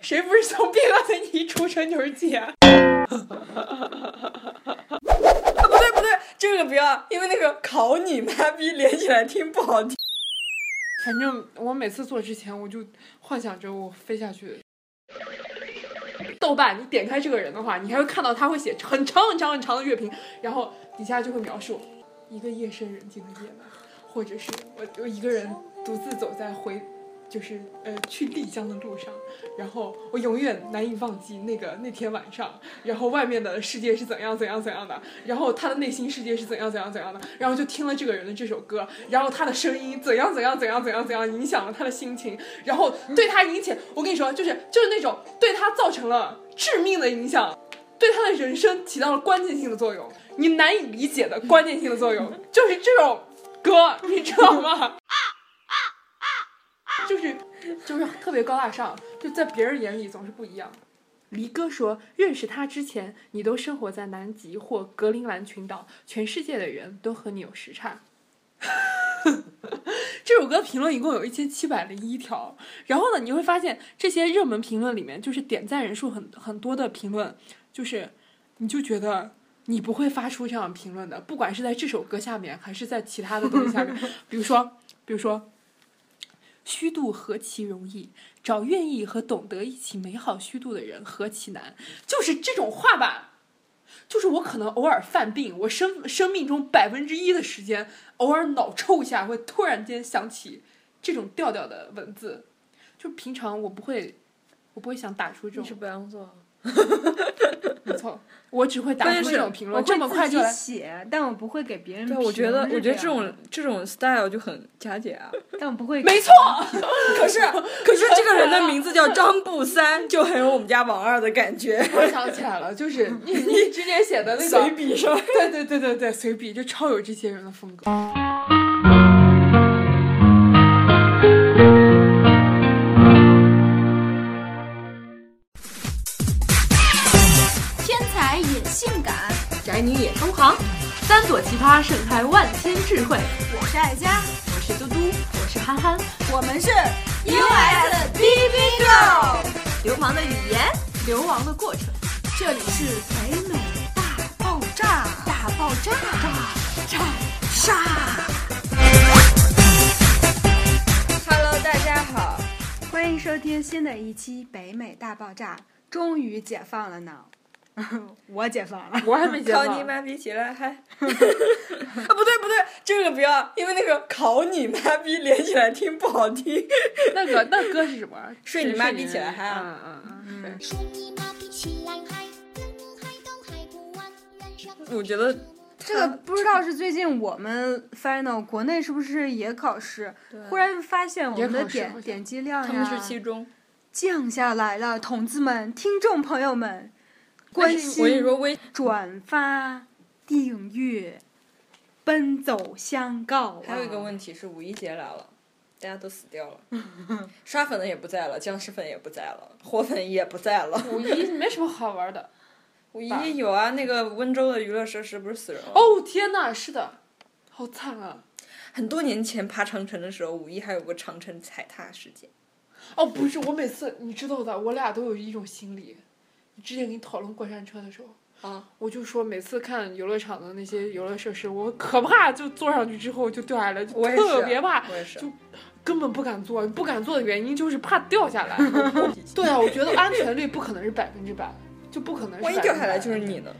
谁不是从毕格森一出生就是姐？啊，不对不对，这个不要，因为那个考你妈逼连起来听不好听。反正我每次做之前，我就幻想着我飞下去。豆瓣，你点开这个人的话，你还会看到他会写很长很长很长的乐评，然后底下就会描述一个夜深人静的夜晚，或者是我我一个人独自走在回，就是呃去丽江的路上，然后我永远难以忘记那个那天晚上，然后外面的世界是怎样怎样怎样的，然后他的内心世界是怎样怎样怎样的，然后就听了这个人的这首歌，然后他的声音怎样怎样怎样怎样怎样影响了他的心情，然后对他引起，我跟你说，就是就是那种对他造成了致命的影响，对他的人生起到了关键性的作用，你难以理解的关键性的作用，就是这种歌，你知道吗？ 就是就是特别高大上，就在别人眼里总是不一样。黎哥说，认识他之前，你都生活在南极或格陵兰群岛，全世界的人都和你有时差。 这首歌评论一共有一千七百零一条，然后呢，你会发现这些热门评论里面，就是点赞人数很很多的评论，就是你就觉得你不会发出这样的评论的，不管是在这首歌下面，还是在其他的东西下面， 比如说，比如说，虚度何其容易，找愿意和懂得一起美好虚度的人何其难，就是这种话吧。就是我可能偶尔犯病，我生生命中百分之一的时间，偶尔脑抽一下，会突然间想起这种调调的文字。就平常我不会，我不会想打出这种你是白羊座， 没错，我只会打关键出是这种评我论，会这么快就自己来。写，但我不会给别人对，评。我觉得，是我觉得这样种这种 style 就很假姐啊。的，但我不 会。没错， 可是， 可是这个人的名字叫张布三，就很有我们家王二的感觉。我想起来了， 就是你你之前写的那个随笔是吧？ 对对对对对，随笔就超有这些人的风格。天才也性感，宅女也中行，三朵奇葩盛开万千智慧。我是爱佳，我是嘟嘟，我是憨憨。我们是 US BB Girl，流氓的语言，流亡的过程。这里是北美大爆炸，大爆炸，炸炸炸！ Hello，大家好，欢迎收听新的一期《北美大爆炸》，终于解放了呢！ 我解放了，我还没结考呢。你妈逼起来嗨！ 啊，不对不对，这个不要，因为那个考你妈逼连起来听不好听。那个那歌是什么？睡你妈逼起来嗨啊！嗯嗯嗯，对。睡你妈逼起来嗨，不嗨都嗨不完，人生我觉得这个 不知道是最近我们 final 国内是不是也考试？忽然发现我们也的考试好点像点击量他们是呀七中，降下来了，同志们、听众朋友们，关我跟你心、说微转发、订阅，奔走相告、啊。还有一个问题是五一节来了，大家都死掉了， 刷粉的也不在了，僵尸粉也不在了，活粉也不在了。五一没什么好玩的。五一有啊，那个温州的娱乐设施不是死人了？，哦天呐，是的，好惨啊！很多年前爬长城的时候，五一还有个长城踩踏事件。哦，不是，我每次你知道的，我俩都有一种心理。之前跟你讨论过山车的时候，啊，我就说每次看游乐场的那些游乐设施，我可怕，就坐上去之后就掉下来，就我也是特别怕，我也是就根本不敢坐。不敢坐的原因就是怕掉下来。 对啊，我觉得安全率不可能是百分之百，就不可能是百分万一之百。掉下来就是你呢？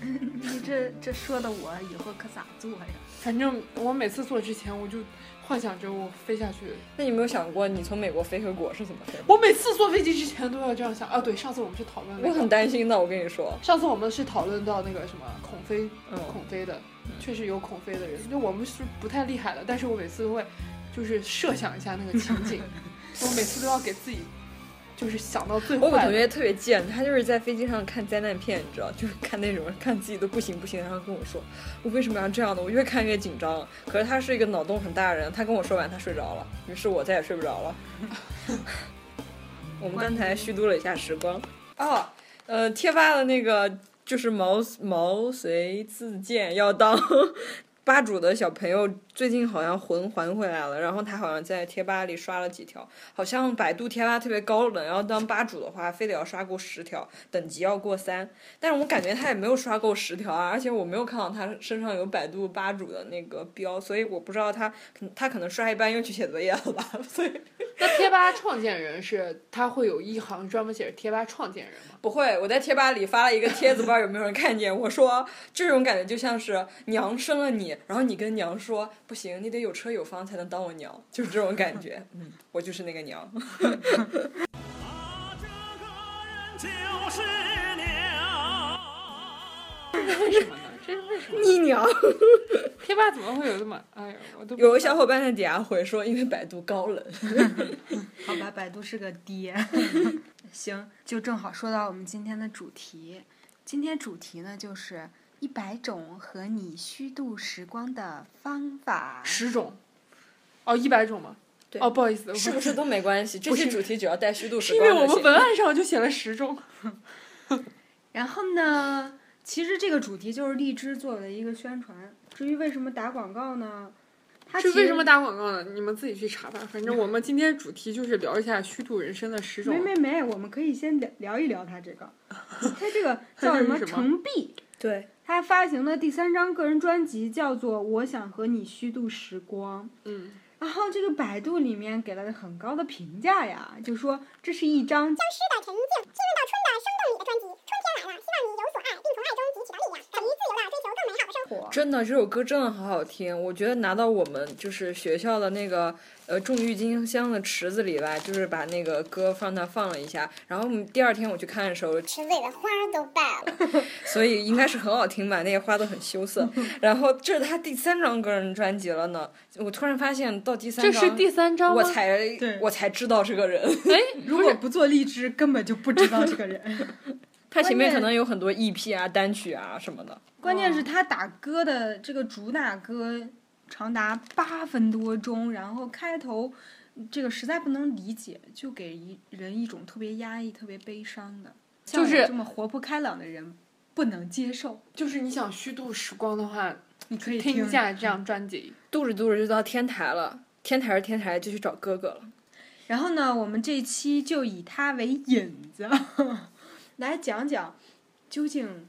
你这这说的我以后可咋做呀？反正我每次坐之前，我就幻想着我飞下去。那你有没有想过，你从美国飞回国是怎么飞？我每次坐飞机之前都要这样想啊。对，上次我们是讨论那我个很担心的，我跟你说。上次我们是讨论到那个什么孔飞，嗯孔飞的，确实有孔飞的人，就我们是不太厉害的，但是我每次都会就是设想一下那个情 景，我每次都要给自己就是想到最我有个坏同的。学特别贱，他就是在飞机上看灾难片，你知道，就是看那种看自己都不行不行，然后跟我说我为什么要这样呢？我越看越紧张。可是他是一个脑洞很大的人，他跟我说完他睡着了，于是我再也睡不着了。 我们刚才虚度了一下时光。哦，呃，贴吧的那个就是毛毛遂自荐要当 吧主的小朋友最近好像魂还回来了，然后他好像在贴吧里刷了几条，好像百度贴吧特别高冷，要当吧主的话，非得要刷够十条，等级要过三。但是我感觉他也没有刷够十条啊，而且我没有看到他身上有百度吧主的那个标，所以我不知道他可能他可能刷一半又去写作业了吧， 所以那贴吧创建人是他会有一行专门写着贴吧创建人吗？不会，我在贴吧里发了一个帖子，不知道有没有人看见。我说这种感觉就像是娘生了你，然后你跟娘说不行，你得有车有房才能当我娘，就是这种感觉。嗯，我就是那个娘。 啊，这个人就是为娘。什么呢？这是为什么？你娘。贴吧怎么会有这么？哎呀，我都不知道有个小伙伴在底下回说，因为百度高冷。好吧，百度是个 爹。行，就正好说到我们今天的主题。今天主题呢，就是一百种和你虚度时光的方法。十种，哦，一百种吗？对哦，不好意思，我是不是都没 关系？这不些是主题只要带虚度时因光为就行。我们文案上就写了十种，然后呢，其实这个主题就是荔枝做的一个宣传。至于为什么打广告呢？它是其为实什么打广告呢？你们自己去查吧。反正我们今天主题就是聊一下虚度人生的十种没。没没，我们可以先聊聊一聊它这 个，它这个叫什么？是什么程璧，对，他发行的第三张个人专辑叫做《我想和你虚度时光》。嗯，然后这个百度里面给了很高的评价呀，就说这是一张将诗的沉静浸润到春的生动里的专辑。春天来了，希望你有所爱，并从爱中汲取到力量，敢于自由的追求更美好的生活。火，真的这首歌真的好好听，我觉得拿到我们就是学校的那个呃种郁金香的池子里吧，就是把那个歌放它放了一下，然后我们第二天我去看的时候，是为了花儿都败了。所以应该是很好听吧，那些花都很羞 涩。然后这是他第三张个人专辑了呢，我突然发现到第三这张，是第三章吗我？才对我才知道这 个人，哎，如果不做荔枝，根本就不知道这个人。他前面关键可能有很多 EP 啊、单曲啊什么的。关嗯键是他打歌的这个主打歌长达八分多钟，然后开头这个实在不能理解，就给一人一种特别压抑、特别悲伤的，像就我是这么活泼开朗的人不能接受。就是你想虚度时光的话，你可以听一下这张专辑。度着度着就到天台了，天台是天台，就去找哥哥了。然后呢，我们这一期就以它为引子， 来讲讲究竟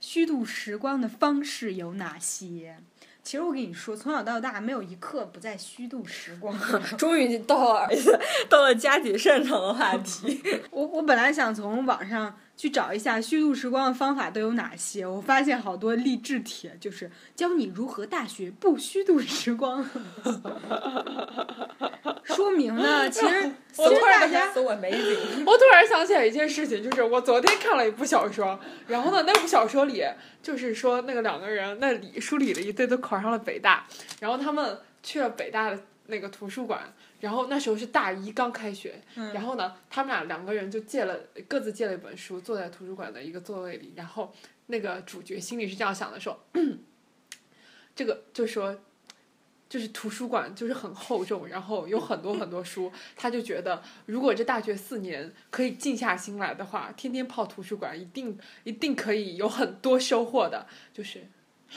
虚度时光的方式有哪些。其实我跟你说，从小到大没有一刻不在虚度时光。终于到了 到了家底擅长的话题，我我本来想从网上去找一下虚度时光的方法都有哪些，我发现好多励志帖就是教你如何大学不虚度时光，说明呢，其 实其嗯实大家搜我没顶，我突然想起来一件事情，就是我昨天看了一部小说，然后呢，那部小说里就是说那个两个人，那李书里的一对都考上了北大，然后他们去了北大的那个图书馆，然后那时候是大一刚开学，然后呢，他们俩两个人就借了各自借了一本书，坐在图书馆的一个座位里，然后那个主角心里是这样想的，说， 这个就说。就是图书馆就是很厚重，然后有很多很多书，他就觉得如果这大学四年可以静下心来的话，天天泡图书馆，一定一定可以有很多收获的。就是，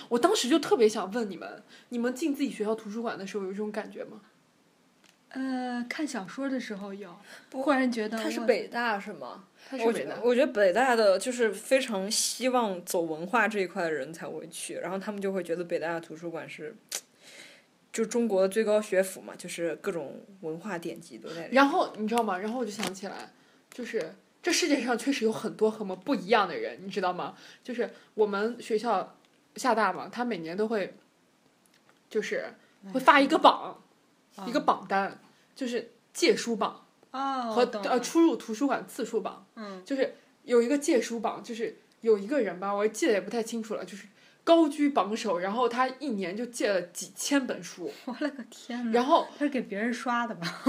我当时就特别想问你们，你们进自己学校图书馆的时候有这种感觉吗？呃，看小说的时候有，忽然觉得他是我北大是吗？他我是觉北大，我觉得北大的就是非常希望走文化这一块的人才会去，然后他们就会觉得北大的图书馆是。就中国的最高学府嘛，就是各种文化典籍都在里面。然后你知道吗？然后我就想起来，就是这世界上确实有很多和我们不一样的人，你知道吗？就是我们学校厦大嘛，他每年都会，就是会发一个榜，一个榜单，就是借书榜。哦，和我懂呃了出入图书馆次数榜，嗯，就是有一个借书榜，就是有一个人吧，我记得也不太清楚了，就是高居榜首，然后他一年就借了几千本书，我了个天呐，然后他是给别人刷的吧？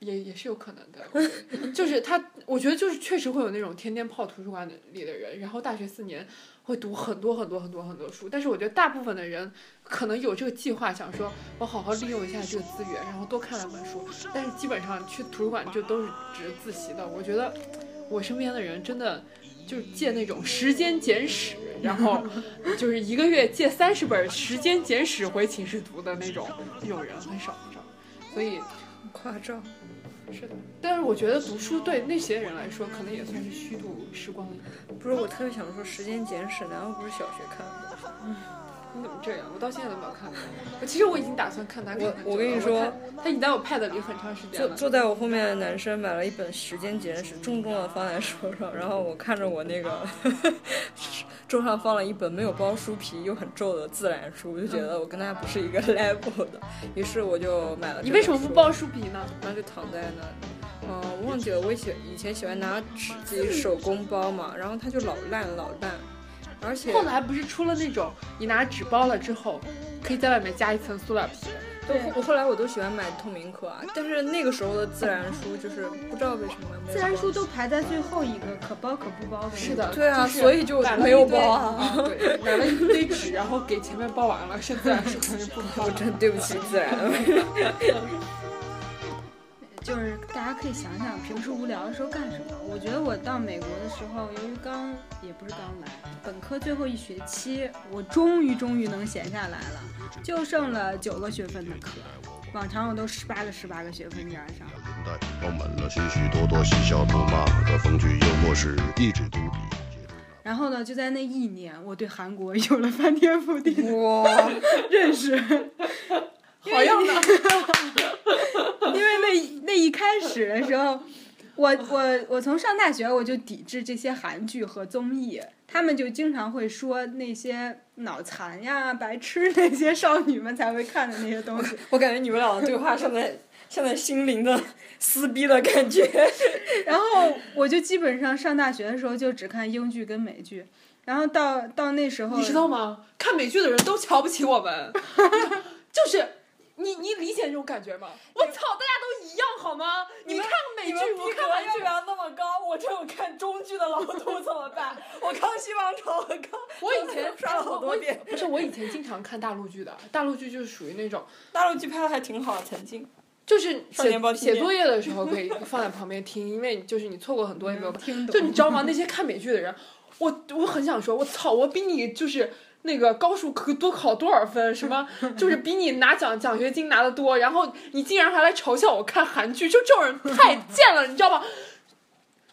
也也是有可能的，我觉得就是他，我觉得就是确实会有那种天天泡图书馆里的人，然后大学四年会读很多很多很多很多书，但是我觉得大部分的人可能有这个计划，想说我好好利用一下这个资源，然后多看两本书，但是基本上去图书馆就都是只是自习的。我觉得我身边的人真的就是借那种《时间简史》，然后就是一个月借三十本《时间简史》回寝室读的那种，有人很少很少，所以夸张。是的，但是我觉得读书对那些人来说，可能也算是虚度时光的一部分。不是，我特别想说，《时间简史》难道不是小学看的？你怎么这样？我到现在都没有看过。我其实我已经打算看它看我很久我跟了你我说看它已经在我 Pad 里很长时间坐了。坐在我后面的男生买了一本《时间简史》，重重的放在手上，然后我看着我那个桌上放了一本没有包书皮又很皱的自然书，我就觉得我跟他不是一个 level 的，于是我就买了。你为什么不包？书皮呢？然后就躺在那里。嗯，我忘记了，我以前以前喜欢拿纸自己手工包嘛，然后它就老烂老烂，而且后来不是出了那种你拿纸包了之后，可以在外面加一层塑料皮的。都我后来我都喜欢买透明壳啊，但是那个时候的自然书就是不知道为什么没有自然包书都排在最后一个，可包可不包的。是的，对啊是所以就买了没有一堆包啊啊。对，买了一堆纸，然后给前面包完了，剩下的是可能不包我了。真对不起自然。就是大家可以想想平时无聊的时候干什么。我觉得我到美国的时候，由于刚也不是刚来，本科最后一学期，我终于终于能闲下来了，就剩了九个学分的课。往常我都十八个十八个学分这样上，年代，装满了许许多多嬉笑怒骂的风趣幽默史，一纸独笔。然后呢，就在那一年，我对韩国 有了翻天覆地的哇，认识， 好样的！ 因为那那一开始的时候，我我我从上大学我就抵制这些韩剧和综艺，他们就经常会说那些脑残呀、白痴那些少女们才会看的那些东西。我感觉你们俩的对话像在像在心灵的撕逼的感 觉。然后我就基本上上大学的时候就只看英剧跟美剧，然后到到那时候你知道吗？看美剧的人都瞧不起我们， 就是你你理解这种感觉吗？我操，大家都一样好吗？你看美剧，我看韩剧，要那么高？我这种看中剧的老土怎么办？我康熙王朝， 我康我以前刷了好多遍我我不是我以前经常看大陆剧的，大陆剧就是属于那种。大陆剧拍的还挺好，曾经。就是少写年包青天写作业的时候可以放在旁边听，因为就是你错过很多也没有听懂就你知道吗？那些看美剧的人，我我很想说，我操，我比你就是那个高数可多考多少分，什么就是比你拿奖奖学金拿的多，然后你竟然还来嘲笑我看韩剧，就这种人太贱了，你知道吗？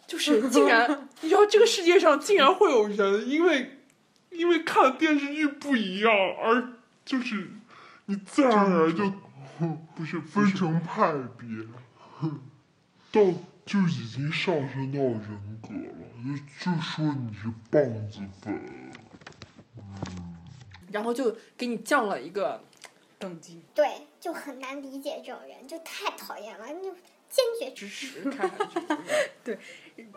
就是竟然，你知道这个世界上竟然会有人因为因为看电视剧不一样，而就是你自然而然就不是分成派别，到就已经上升到人格了，就就说你是棒子粉。然后就给你降了一个等级。对，就很难理解这种人，就太讨厌了，就坚决知识看韩剧。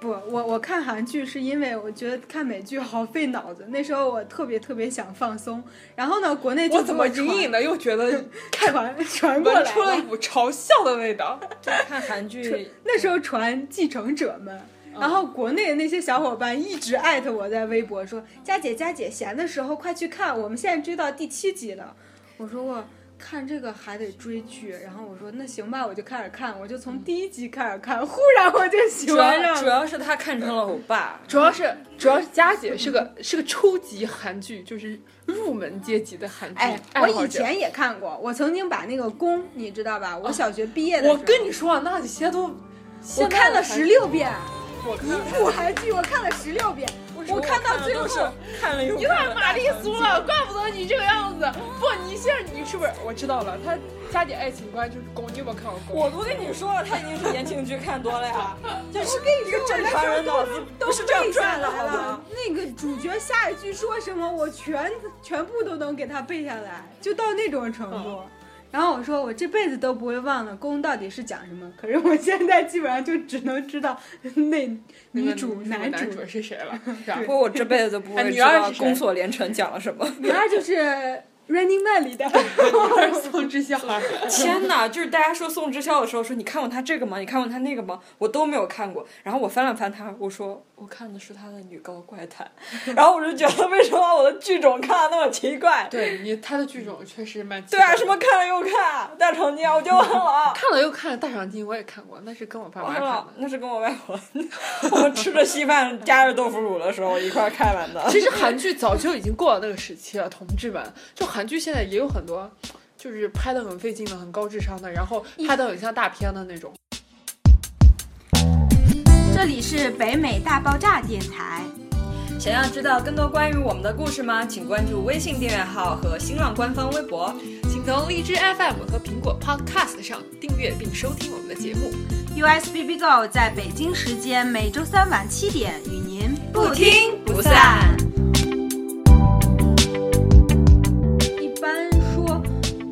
不，我我看韩剧是因为我觉得看美剧好费脑子，那时候我特别特别想放松。然后呢，国内就我怎么给隐隐的又觉得传传传过闻来出了一了？股嘲笑的味道。看韩剧，那时候传《继承者们》。嗯然后国内的那些小伙伴一直艾特我在微博说：“佳姐，佳姐，闲的时候快去看，我们现在追到第七集了。”我说我看这个还得追剧，然后我说那行吧，我就开始看，我就嗯从第一集开始看，忽然我就喜主欢要上主了。要是他看成了欧巴。主要是主要是佳姐是个是个初级韩剧，就是入门阶级的韩剧哎，嗯爱我好以者。前也看过，我曾经把那个《宫》，你知道吧？我小学毕业的时候，我跟你说啊，那些都我看了十，六遍我看了一部韩剧，我看了十六遍，我看到最后，看了又你太玛丽苏了，怪不得你这个样子。不，你现在你是不是？我知道了，他佳姐爱情观就是宫，你有没有看过宫？我都跟你说了，他已经是言情剧看多了呀， 就是一个正那常时候人脑子都不是这样背下转的，来好吗了？，那个主角下一句说什么，我全全部都能给他背下来，就到那种程度。然后我说我这辈子都不会忘了宫到底是讲什么，可是我现在基本上就只能知道那那个女主、男男主。是谁了？是吧 不？过我这辈子都不哎会女知二道是谁 宫锁连城讲了什么。女二就是 Running Man》里的宋智孝。天哪！就是大家说宋智孝的时候，说你看过他这个吗？你看过他那个吗？我都没有看过。然后我翻了翻他，我说我看的是他的《女高怪谈》，然后我就觉得为什么我的剧种看的那么奇怪？对你他的剧种确实蛮奇对啊，怪什的么看了又看，大长今啊，我就忘 了。看了又看，大长今我也看过，那是跟我爸妈忘看了的，。那是跟我外婆，我们吃着稀饭加着豆腐乳的时候一块儿看完的。其实韩剧早就已经过了那个时期了，同志们，就韩剧现在也有很多，就是拍的很费劲的、很高智商的，然后拍的很像大片的那种。 这里是北美大爆炸电台，想要知道更多关于我们的故事吗？请关注微信订阅号和新浪官方微博。请从荔枝 FM 和苹果 Podcast 上订阅并收听我们的节目。 USBB Go 在北京时间每周三晚七点与您不听不散。一般说，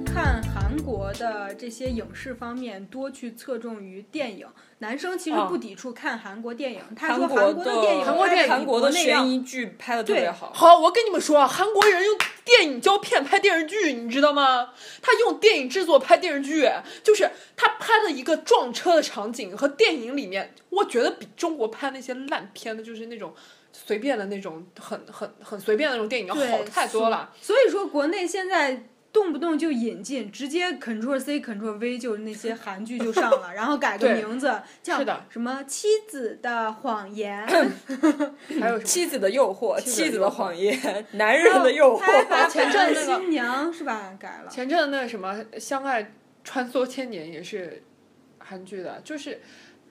看韩国的这些影视方面，多去侧重于电影。男生其实嗯不抵触看韩国电影，他韩说国韩的国的电影，韩国电影韩国的悬疑，疑剧拍的特别好。好，我跟你们说，啊，韩国人用电影胶片拍电视剧，你知道吗？他用电影制作拍电视剧，就是他拍的一个撞车的场景和电影里面，我觉得比中国拍那些烂片的，就是那种随便的那种很很很随便的那种电影要对好太多 了。所以说国内现在。动不动就引进，直接 Ctrl C Ctrl V 就那些韩剧就上了，然后改个对名字叫是的什么《妻子的谎言》 还有什么？妻子的诱惑，妻妻子子的的谎谎 言，男人的诱他还惑，把《前反阵那正个新娘》是吧改了，前阵的那个什么《相爱穿梭千年》也是韩剧的，就是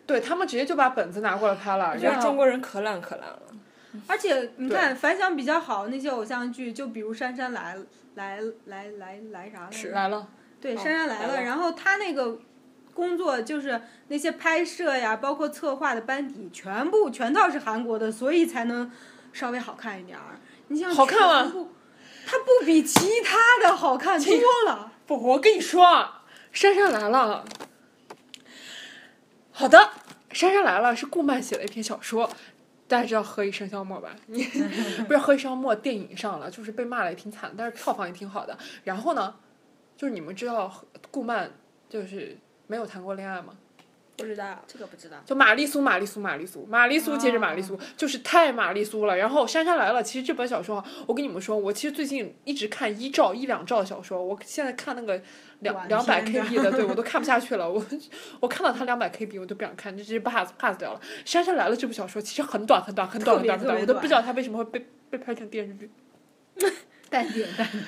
对他们直接就把本子拿过来拍了，我觉然得后中国人可懒可懒了。而且你看反响比较好那些偶像剧，就比如《杉杉来了来来来来啥来着是来了。哦对，珊珊来来了，了然后他那个工作就是那些拍摄呀，包括策划的班底，全部全套是韩国的，所以才能稍微好看一点儿。你像好看吗全 部？它不比其他的好看多了。不，我跟你说，啊，珊珊来了。好的，珊珊来了是顾漫写了一篇小说，大家知道《何以笙箫默》吧？ 你不是《何以笙箫默》电影上了，就是被骂了也挺惨，但是票房也挺好的。然后呢，就是你们知道顾漫就是没有谈过恋爱吗？不知道，这个不知道。就玛丽苏，玛丽苏，玛丽苏，玛丽苏接着玛丽苏，哦就是太玛丽苏了。然后珊珊来了，其实这本小说啊，我跟你们说，我其实最近一直看一兆一两兆的小说，我现在看那个两晚两百天 KB 的，对我都看不下去了。我我看到它两百 KB 我就不想看，就直接 pass pass 掉了。珊珊来了这部小说其实很短很短很短特很别短很短，特别我都不短知道它为什么会被被拍成电视剧。 淡定淡定。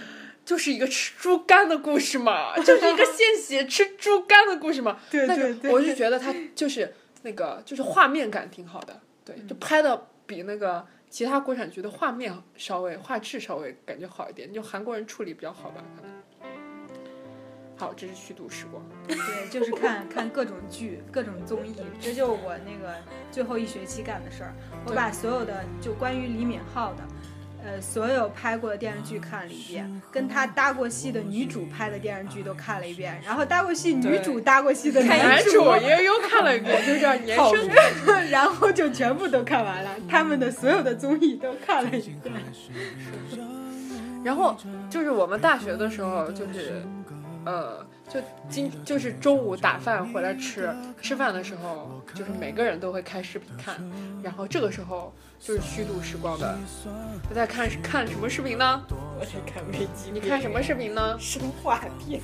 就是一个吃猪肝的故事嘛，就是一个献血吃猪肝的故事嘛。 对那对对个我就觉得它就是那个就是画面感挺好的，对，就拍的比那个其他国产剧的画面稍微画质稍微感觉好一点，就韩国人处理比较好吧，可能。好，这是虚度时光。 对，就是看看各种剧、各种综艺，这就是我那个最后一学期干的事儿。我把所有的就关于李敏镐的，呃，所有拍过的电视剧看了一遍，跟她搭过戏的女主拍的电视剧都看了一遍，然后搭过戏女主搭过戏的男男主主，也有看了一遍，就叫年套生路然后就全部都看完了，他们的所有的综艺都看了一 遍。然后就是我们大学的时候，就是，呃，就今就是中午打饭回来吃，吃饭的时候就是每个人都会开视频看，然后这个时候就是虚度时光的，我在看看什么视频呢？我在看危机，你看什么视频呢？生化片？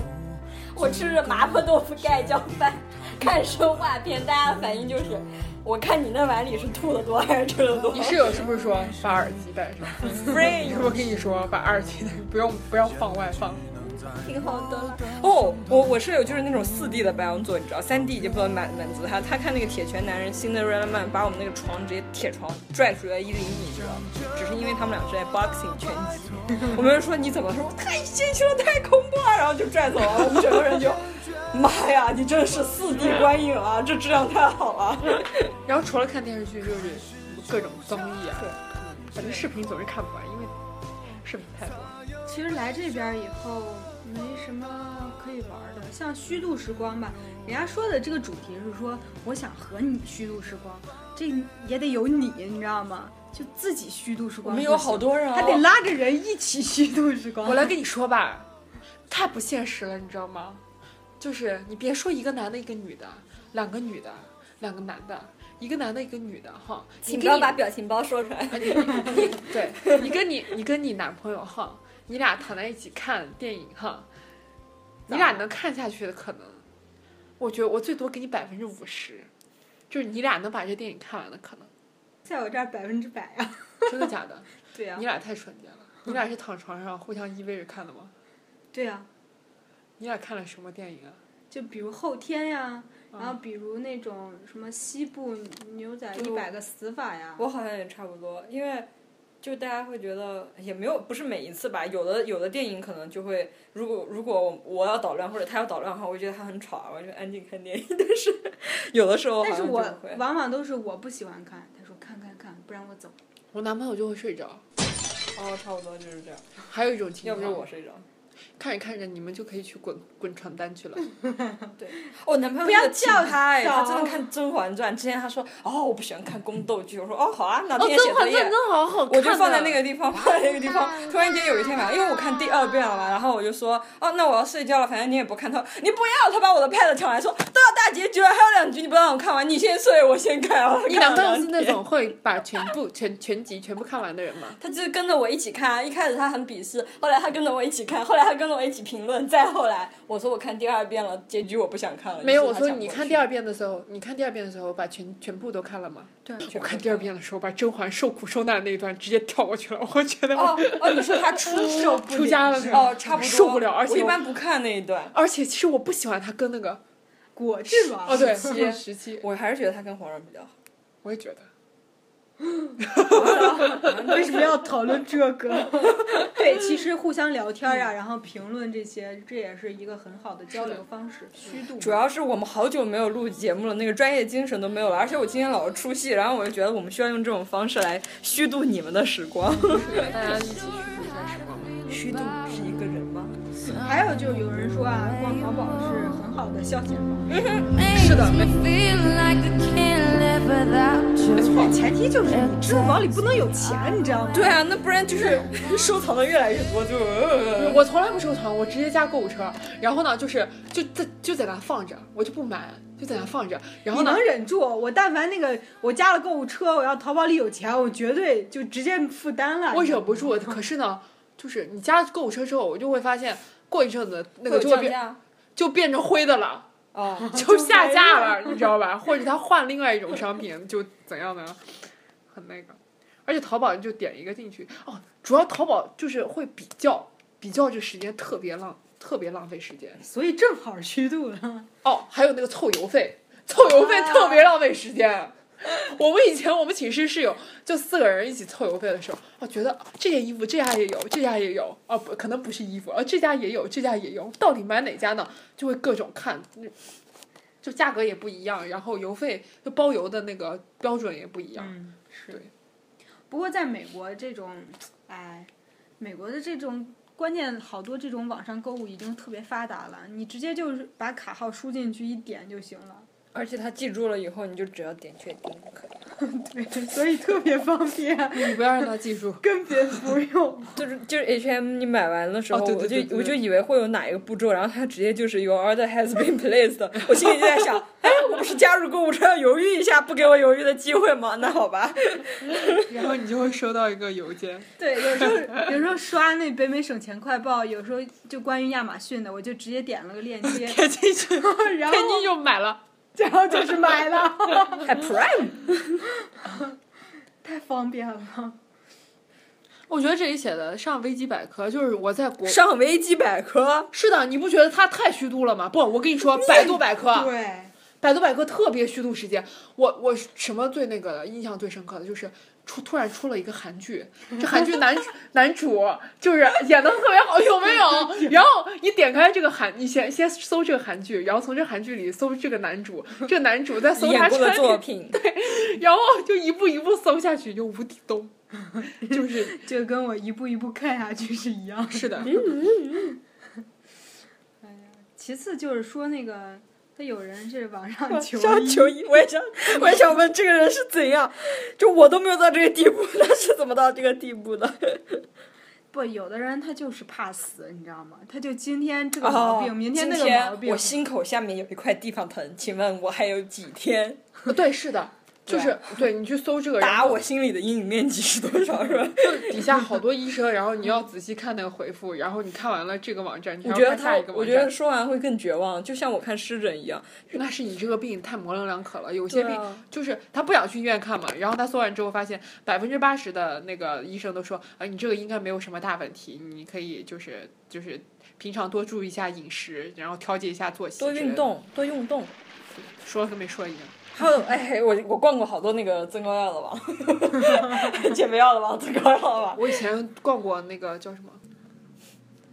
我吃着麻婆豆腐盖浇饭，看生化片，大家反应就是，我看你那碗里是吐的多还是吃的多？你室友是不是说把耳机戴 上？ free 我跟你说，把耳机戴上不用不要放外放。挺好的啦。哦，我我室友就是那种四 D 的白羊座，你知道，三 D 已经不能满满足他。他看那个《铁拳男人》新的 r e l Man 把我们那个床直接铁床拽出来一厘米，你知道吗，只是因为他们俩是在 boxing 拳击。我们就说你怎么了？说我太先去了，太恐怖了，然后就拽走了。我们整个人就，妈呀，你真的是四 D 观影啊，这质量太好了。然后除了看电视剧，就是各种综艺啊，反正视频总是看不完，因为视频太多了。其实来这边以后，没什么可以玩的，像虚度时光吧，人家说的这个主题是说，我想和你虚度时光，这也得有你，你知道吗？就自己虚度时我光不们行，有好多人、哦，还得拉着人一起虚度时光。我来跟你说吧，太不现实了，你知道吗？就是你别说一个男的，一个女的，两个女的，两个男的，一个男的，一个女的，哈，请你不跟要你把表情包说出来。 对你跟你你跟你男朋友哈，你俩躺在一起看电影哈，你俩能看下去的可能，我觉得我最多给你百分之五十，就是你俩能把这电影看完的可能， 在我这儿百分之百啊！真的 假的？对呀、你俩太纯洁了，你俩是躺床上互相依偎着看的吗？对啊呀、你俩看了什么电影啊？就比如后天呀、嗯然后比如那种什么西部牛仔一就百个死法呀，我好像也差不多，因为就大家会觉得也没有，不是每一次吧，有的有的电影可能就会，如果如果我我要捣乱或者他要捣乱的话，我会觉得他很吵，啊我就安静看电影。 但是有的时候好但是像就不我会。往往都是我不喜欢看，他说看看看，不然我走。我男朋友就会睡着。哦，差不多就是这样，还有一种情要况，不就我睡着。看着看着，你们就可以去滚滚床单去嗯了。哦我男朋友不要那个气叫他哎，他早真的看《甄嬛传》。之前他说哦，我不喜欢看宫斗剧，我说哦好啊，哪哦，《天也写甄作嬛业传》。真好好看、我就放在那个 地方，放在那个地方。突然间有一天啊晚上，因为我看第二遍了嘛，然后我就说，哦，那我要睡觉了，反正你也不看。他说你不要，他把我的 pad 抢来说，都要大结局了，还有两集你不让我看完，你先睡，我先看。然后他你看男了朋友两是那天种会把全部全全集全部看完的人吗？他就是跟着我一起看，一开始他很鄙视，后来他跟着我一起看，后来他跟着我一起评论，再后来我说我看第二遍了，结局我不想看了。没有，于我是他说抢你过看去第二遍的时候，你看第二遍的时候把全全部都看了吗？对，我看第二遍的时候，把甄嬛受苦受难的那一段直接跳过去了，我觉得我、哦哦，你说他出手出家了是吧哦，差不多受不了而且我一我般不看那一段，而且其实我不喜欢他跟那个果郡王哦对 十七十七，我还是觉得他跟皇上比较好。我也觉得。为什么要讨论这个？对，其实互相聊天啊呀、然后评论这些，这也是一个很好的交流方式。虚度主要是我们好久没有录节目了，那个专业精神都没有了，而且我今天老是出戏，然后我就觉得我们需要用这种方式来虚度你们的时光。大家一起去一下时光吧。虚度是一个人 吗？还有就有人说啊，逛淘宝是很好的消遣嗯方式，是的，没错。前提就是你支付宝里不能有钱，你知道吗？对啊，那不然就是收藏的越来越多，就、呃我从来不收藏，我直接加购物车，然后呢，就是就在就在那放着，我就不买，就在那放着。然后你呢能，忍住？我但凡那个我加了购物车，我要淘宝里有钱，我绝对就直接负担了。我忍不住，可是呢，就是你加购物车之后，我就会发现过一阵子那那个个就会降变价就变成灰的了，哦， 就下架了，你知道吧？或者他换另外一种商 品，就怎样呢？很那个，而且淘宝就点一个进去哦，主要淘宝就是会比较，比较这时间特别浪，特别浪费时间。所以正好虚度了。哦，还有那个凑邮费，凑邮费特别浪费时间。啊我们以前我们寝室室友就四个人一起凑邮费的时候，我觉得这件衣服这家也有，这家也有，哦不，可能不是衣服，哦这家也有，这家也有，到底买哪家呢？就会各种看，嗯就价格也不一样，然后邮费就包邮的那个标准也不一样。嗯，是对。不过在美国这种，哎，美国的这种关键好多这种网上购物已经特别发达了，你直接就是把卡号输进去一点就行了， 而且他记住了以后，你就只要点确定就可以了，对，所以特别方便，你不要让他记住，根本不用。 就是就是 H M 你买完的时候，哦对对对我就对我就对以为会有哪一个步骤，然后他直接就是 Your order has been placed，我心里就在想，哎，我不是加入购物车要犹豫一下，不给我犹豫的机会吗？那好吧，然后你就会收到一个邮件。对，有时候有时候刷那北美省钱快报，有时候就关于亚马逊的，我就直接点了个链接，点进去， 然后点进去就哎买了。然后就是买了， 还 Prime，太方便了。我觉得这里写的上维基百科，就是我在国上维基百科，是的，你不觉得它太虚度了吗？不，我跟你说，百度百科，啊对，百度百科特别虚度时间。我我什么最那个的，印象最深刻的就是出突然出了一个韩剧，这韩剧男男主就是演的特别好，有没有？然后你点开这个韩，你先先搜这个韩剧，然后从这韩剧里搜这个男主，这个男主再搜演他过的穿作的，品，然后就一步一步搜下去，就无底洞，就是 嗯这跟我一步一步看下去是一样。是的。嗯哎其次就是说那个，他有人是网上求上医，求医，我也想，我也想问这个人是怎样，就我都没有到这个地步，他是怎么到这个地步的？不，有的人他就是怕死，你知道吗？他就今天这个毛哦，病，明天那今个毛病我。心口下面有一块地方疼，请问我还有几天？呃对，是的，就是对你去搜这个，然啊打后我心里的阴影面积是多少？是吧？就底下好多医生，然后你要仔细看那个回复，然后你看完了这个网站，你我还觉要得看他下一个，我网觉得站，说完会更绝望，就像我看湿疹一样。那是你这个病太模棱两可了。有些对病啊就是他不想去医院看嘛，然后他搜完之后发现百分之八十的那个医生都说，啊，你这个应该没有什么大问题，你可以就是就是平常多注意一下饮食，然后调节一下作息，多运，动，多运动。说了跟没说一样。还有，哎，我我逛过好多那个增高药的网，减肥药的网，增高药的网。我以前逛过那个叫什么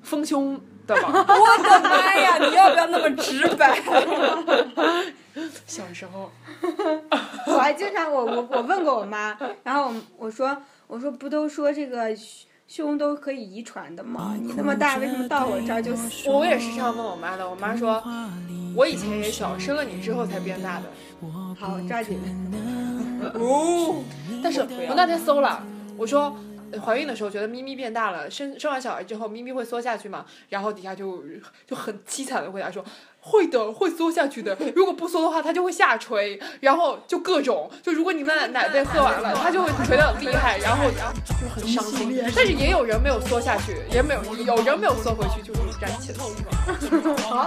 丰胸的网， 我的妈呀！你要不要那么直白？ 小时候我还经常我我我问过我妈，然后我我说我说不都说这个胸胸都可以遗传的吗？你那么大为什么到我这儿就死？我也是这样问我妈的，我妈说，我以前也小，生了你之后才变大的。好，抓紧。哦，但是不要我那天搜了，我说。呃怀孕的时候觉得咪咪变大了，生生完小孩之后咪咪会缩下去嘛？然后底下就就很凄惨的回答说，会的，会缩下去的。如果不缩的话，它就会下垂，然后就各种，就如果你把奶被喝完了，它就会垂得很厉害，然后就很伤心。但是也有人没有缩下去，也没有有人没有缩回去，就是燃起了希望。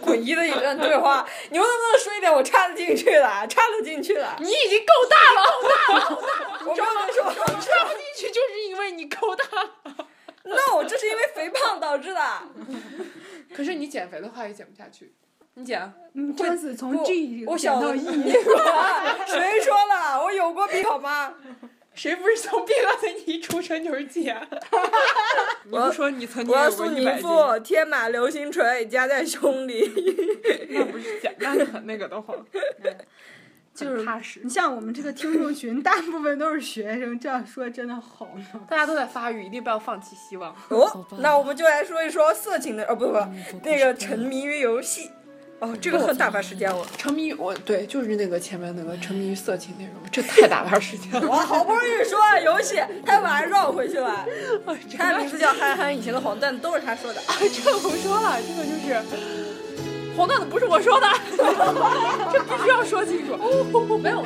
滚一的一段对话，你们能不能说一点我插得进去的？插得进去的，你已经够大了，够大了。我专门说，插 不进去就是因为你够大。 no，这是因为肥胖导致的。 可是你减肥的话也减不下去，你减啊嗯，真是从我 G 我想想到 E，你管？谁说的？我有过病好吗？谁不是从病了？你一出生就是减。啊 你不说你曾我经要有过送一你一百斤，副天马流星锤夹在胸里。 那不是减，那很那个的 慌，就是踏实你。像我们这个听众群，大部分都是学生，这样说真的好吗？大家都在发育，一定不要放弃希望。哦，那我们就来说一说色情的，哦不不，那个沉迷于游戏。哦，这个很打发时间我。沉迷于我对，就是那个前面那个沉迷于色情内容，这太打发时间了。我好不容易说完游戏，他把它绕回去 了。他的名字叫憨憨，以前的黄段都是他说的。 这个不说了，这个就是黄段子不是我说的， 这必须要说清楚。 没有，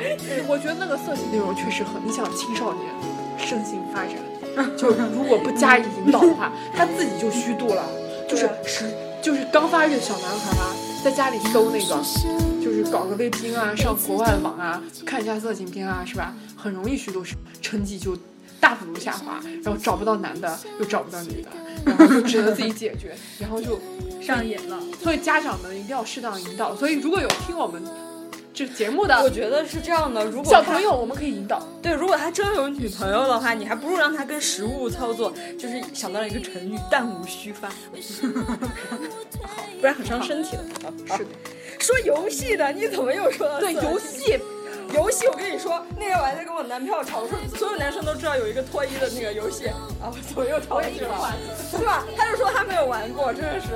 我觉得那个色情内容确实很影响青少年身心发展，就如果不加以引导的话，他自己就虚度了，就是十就是刚发育的小男孩啊，在家里搜那个。就是搞个微拼啊，上国外网啊，看一下色情片啊，是吧？很容易虚度，成绩就大幅度下滑，然后找不到男的，又找不到女的，然后就只能自己解决，然后 就上瘾了，所以家长们一定要适当引导。所以如果有听我们这节目 我的觉得是这样的，如果小他朋友，我们可以引导。对，如果他真有女朋友的话，你还不如让他跟食物操作，就是想到了一个成语“弹无虚发”， 不然很伤身体的。是的，说游戏的，你怎么又说到对色情游戏，游戏，我跟你说，那天我还在跟我男票吵，我说所有男生都知道有一个脱衣的那个游戏啊，我怎么又吵起了？ 对吧？他就说他没有玩过，真的是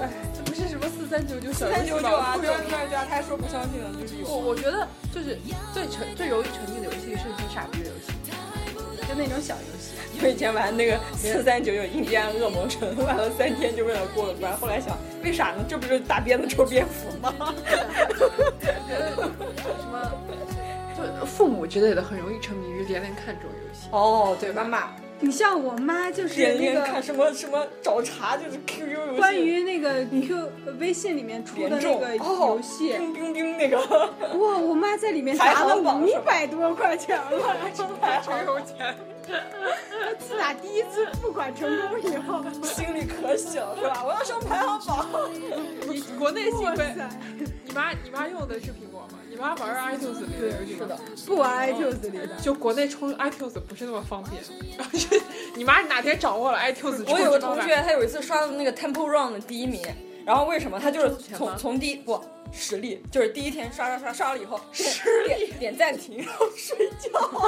不是什么四三九九小三九九啊，对对啊对啊对啊，他还说不相信呢，就是有。我我觉得就是最沉最容易沉浸的游戏是很傻逼的游戏。就那种小游戏。 我以前玩那个四三九九印第安恶魔城，玩了三天就为了过了关，后来想为啥呢？这不就是打鞭子抽蝙蝠吗？ 什么，就父母之类的很容易沉迷于连连看这种游戏。哦，对，妈妈你像我妈就是天那天看个什么什么找茬，就是 QQ 游戏，关于那个 Q 微信里面出的严那重个哦游戏， 冰冰冰那个。哇，我妈在里面排砸了行榜五是吧百多块钱了。真有钱，自打第一次付款成功以后，心里可想是吧？我要上排行榜。你国内哇幸亏，塞，你妈你妈用的是苹果吗？你妈玩 iTunes 里的游戏是的，不玩哦 iTunes 里的。就国内充 iTunes 不是那么方便。 你妈哪天掌握了 iTunes，我有个同 充值方法学，他有一次刷到那个 Temple Run 的第一名，然后为什么他就是挣钱吗从从第一不实力，就是第一天刷刷刷刷了以后，实力点暂停，然后睡觉。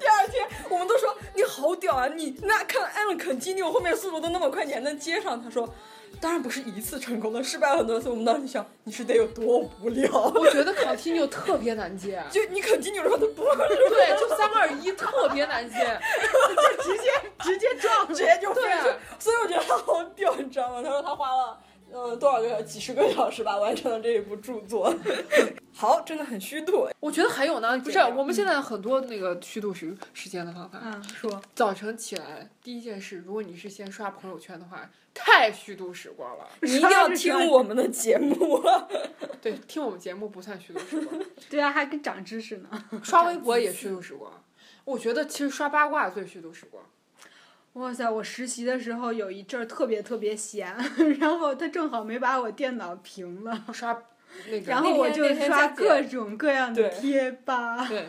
第二天我们都说你好屌啊，你那看 Alan Continue 后面速度都那么快，你还能接上？他说。当然不是一次成功的，失败了很多次。我们当时想，你是得有多无聊？啊我觉得 continue 特别难 接， 就你 continue 的话，他不会对，就三个二一特别难 接，直接就分对手。所以我觉得他好屌，你知道吗？他说他花了。呃，多少个几十个小时吧，完成了这一部著作。 好，真的很虚度。我觉得还有呢，不是我们现在很多那个虚度时时间的方法。嗯，说早晨起来第一件事，如果你是先刷朋友圈的话，太虚度时光了。你一定要听我们的节目。对，听我们节目不算虚度时 光，对啊，还跟长知识呢。刷微博也虚度时光。我觉得其实刷八卦最虚度时光。哇塞！我实习的时候有一阵儿特别特别闲， 然后他正好没把我电脑屏了，刷那个，然后我就那天在刷各种各样的对贴吧。对，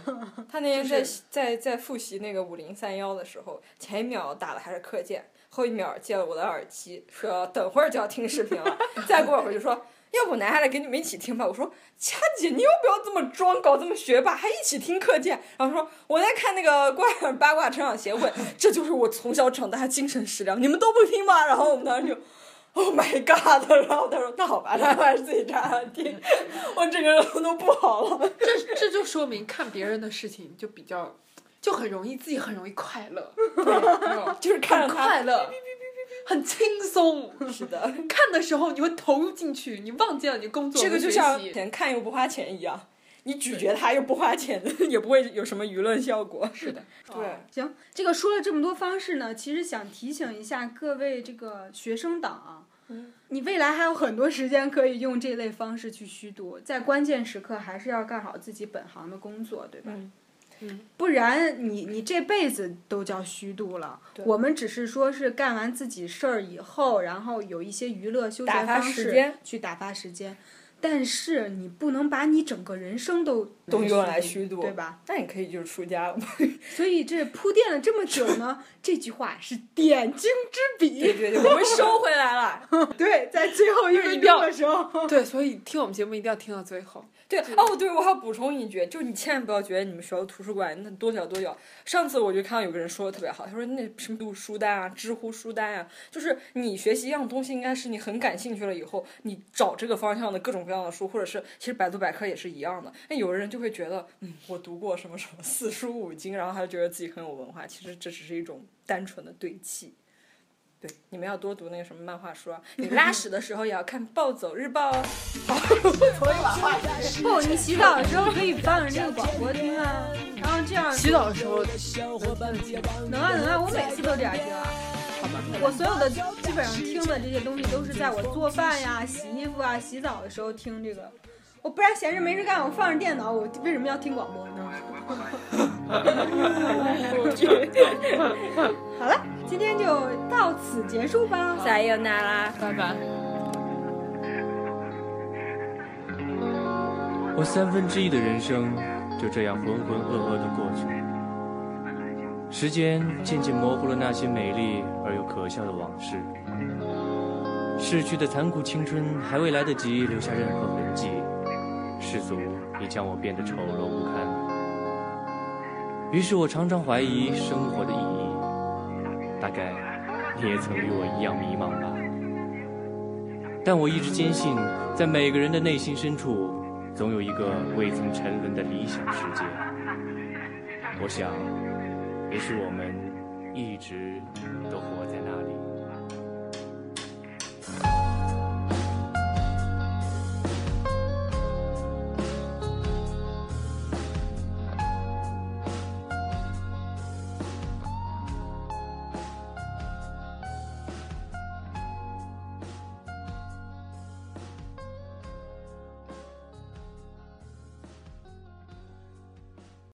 他那天就在、是在在复习那个五零三幺的时候，前一秒打的还是课件，后一秒借了我的耳机，说等会儿就要听视频了。再过一会儿就说，要不拿下来给你们一起听吧。我说，掐姐，你要不要这么装，搞这么学霸，还一起听课件？然后说我在看那个瓜尔八卦成长协会，这就是我从小长大的精神食粮，你们都不听吗？然后我们当时就。Oh my god！然后他说：“那好吧，那还是自己查查听。”我整个人都不好了。这这就说明看别人的事情就比较，就很容易自己很容易快乐，就是看很着他快乐，很轻松。是的，看的时候你会投入进去，你忘记了你工作这和个学就习。像钱看又不花钱一样，你咀嚼它又不花钱， 也不会有什么舆论效果。是的，对，行，这个说了这么多方式呢，其实想提醒一下各位这个学生党啊，嗯你未来还有很多时间可以用这类方式去虚度，在关键时刻还是要干好自己本行的工作，对吧？嗯嗯不然你你这辈子都叫虚度了。我们只是说是干完自己事儿以后，然后有一些娱乐休打闲发方时式间去打发时间，但是你不能把你整个人生都都用来虚虚度对吧？那你可以就是出家了。所以这铺垫了这么久呢，这句话是点睛之对笔。对对，我们收回来了。对，在最后一就是分一定要钟的时候，对，所以听我们节目一定要听到最后。对，哦，对，我还要补充一句，就你千万不要觉得你们学校的图书馆那多小多小。上次我就看到有个人说的特别好，他说那什么读书单啊、知乎书单啊，就是你学习一样东西，应该是你很感兴趣了以后，你找这个方向的各种各样的书，或者是其实百度百科也是一样的。那有的人就会觉得，嗯，我读过什么什么四书五经，然后他就觉得自己很有文化，其实这只是一种单纯的堆砌。对，你们要多读那个什么漫画书啊！你拉屎的时候也要看《暴走日报》哦。不，哦你洗澡的时候可以放着这个广播听啊，然后这样洗澡的时候，能啊能啊，我每次都这样听啊。我所有的基本上听的这些东西都是在我做饭呀、洗衣服啊、洗澡的时候听这个。我不然闲着没事干，我放着电脑，我为什么要听广播呢？ 好了，今天就到此结束吧。撒由那拉。拜拜。我三分之一的人生就这样浑浑噩噩的过去。时间渐渐模糊了那些美丽而又可笑的往事，逝去的残酷青春还未来得及留下任何痕迹，世俗已将我变得丑陋不堪。于是我常常怀疑生活的意义。大概你也曾与我一样迷茫吧。但我一直坚信，在每个人的内心深处，总有一个未曾沉沦的理想世界。我想，也许我们一直都活在那里。